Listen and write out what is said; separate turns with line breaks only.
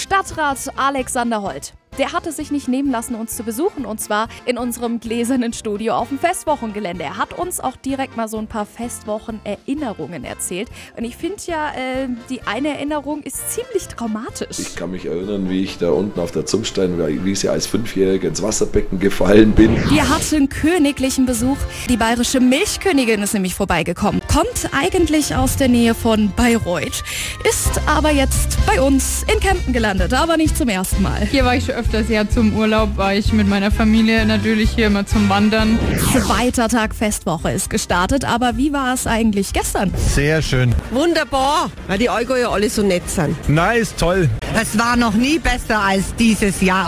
Stadtrat Alexander Holt. Der hatte sich nicht nehmen lassen, uns zu besuchen und zwar in unserem gläsernen Studio auf dem Festwochengelände. Er hat uns auch direkt mal so ein paar Festwochen-Erinnerungen erzählt. Und ich finde ja, äh, die eine Erinnerung ist ziemlich traumatisch.
Ich kann mich erinnern, wie ich da unten auf der Zumstein, wie ich ja als Fünfjähriger ins Wasserbecken gefallen bin.
Wir hatten königlichen Besuch. Die bayerische Milchkönigin ist nämlich vorbeigekommen. Kommt eigentlich aus der Nähe von Bayreuth, ist aber jetzt bei uns in Kempten gelandet, aber nicht zum ersten Mal.
Hier war ich schon öfters ja zum Urlaub, war ich mit meiner Familie natürlich hier immer zum Wandern.
Zweiter Tag Festwoche ist gestartet, aber wie war es eigentlich gestern?
Sehr schön.
Wunderbar, weil die Allgäuer alle so nett sind.
Nice, toll.
Es war noch nie besser als dieses Jahr.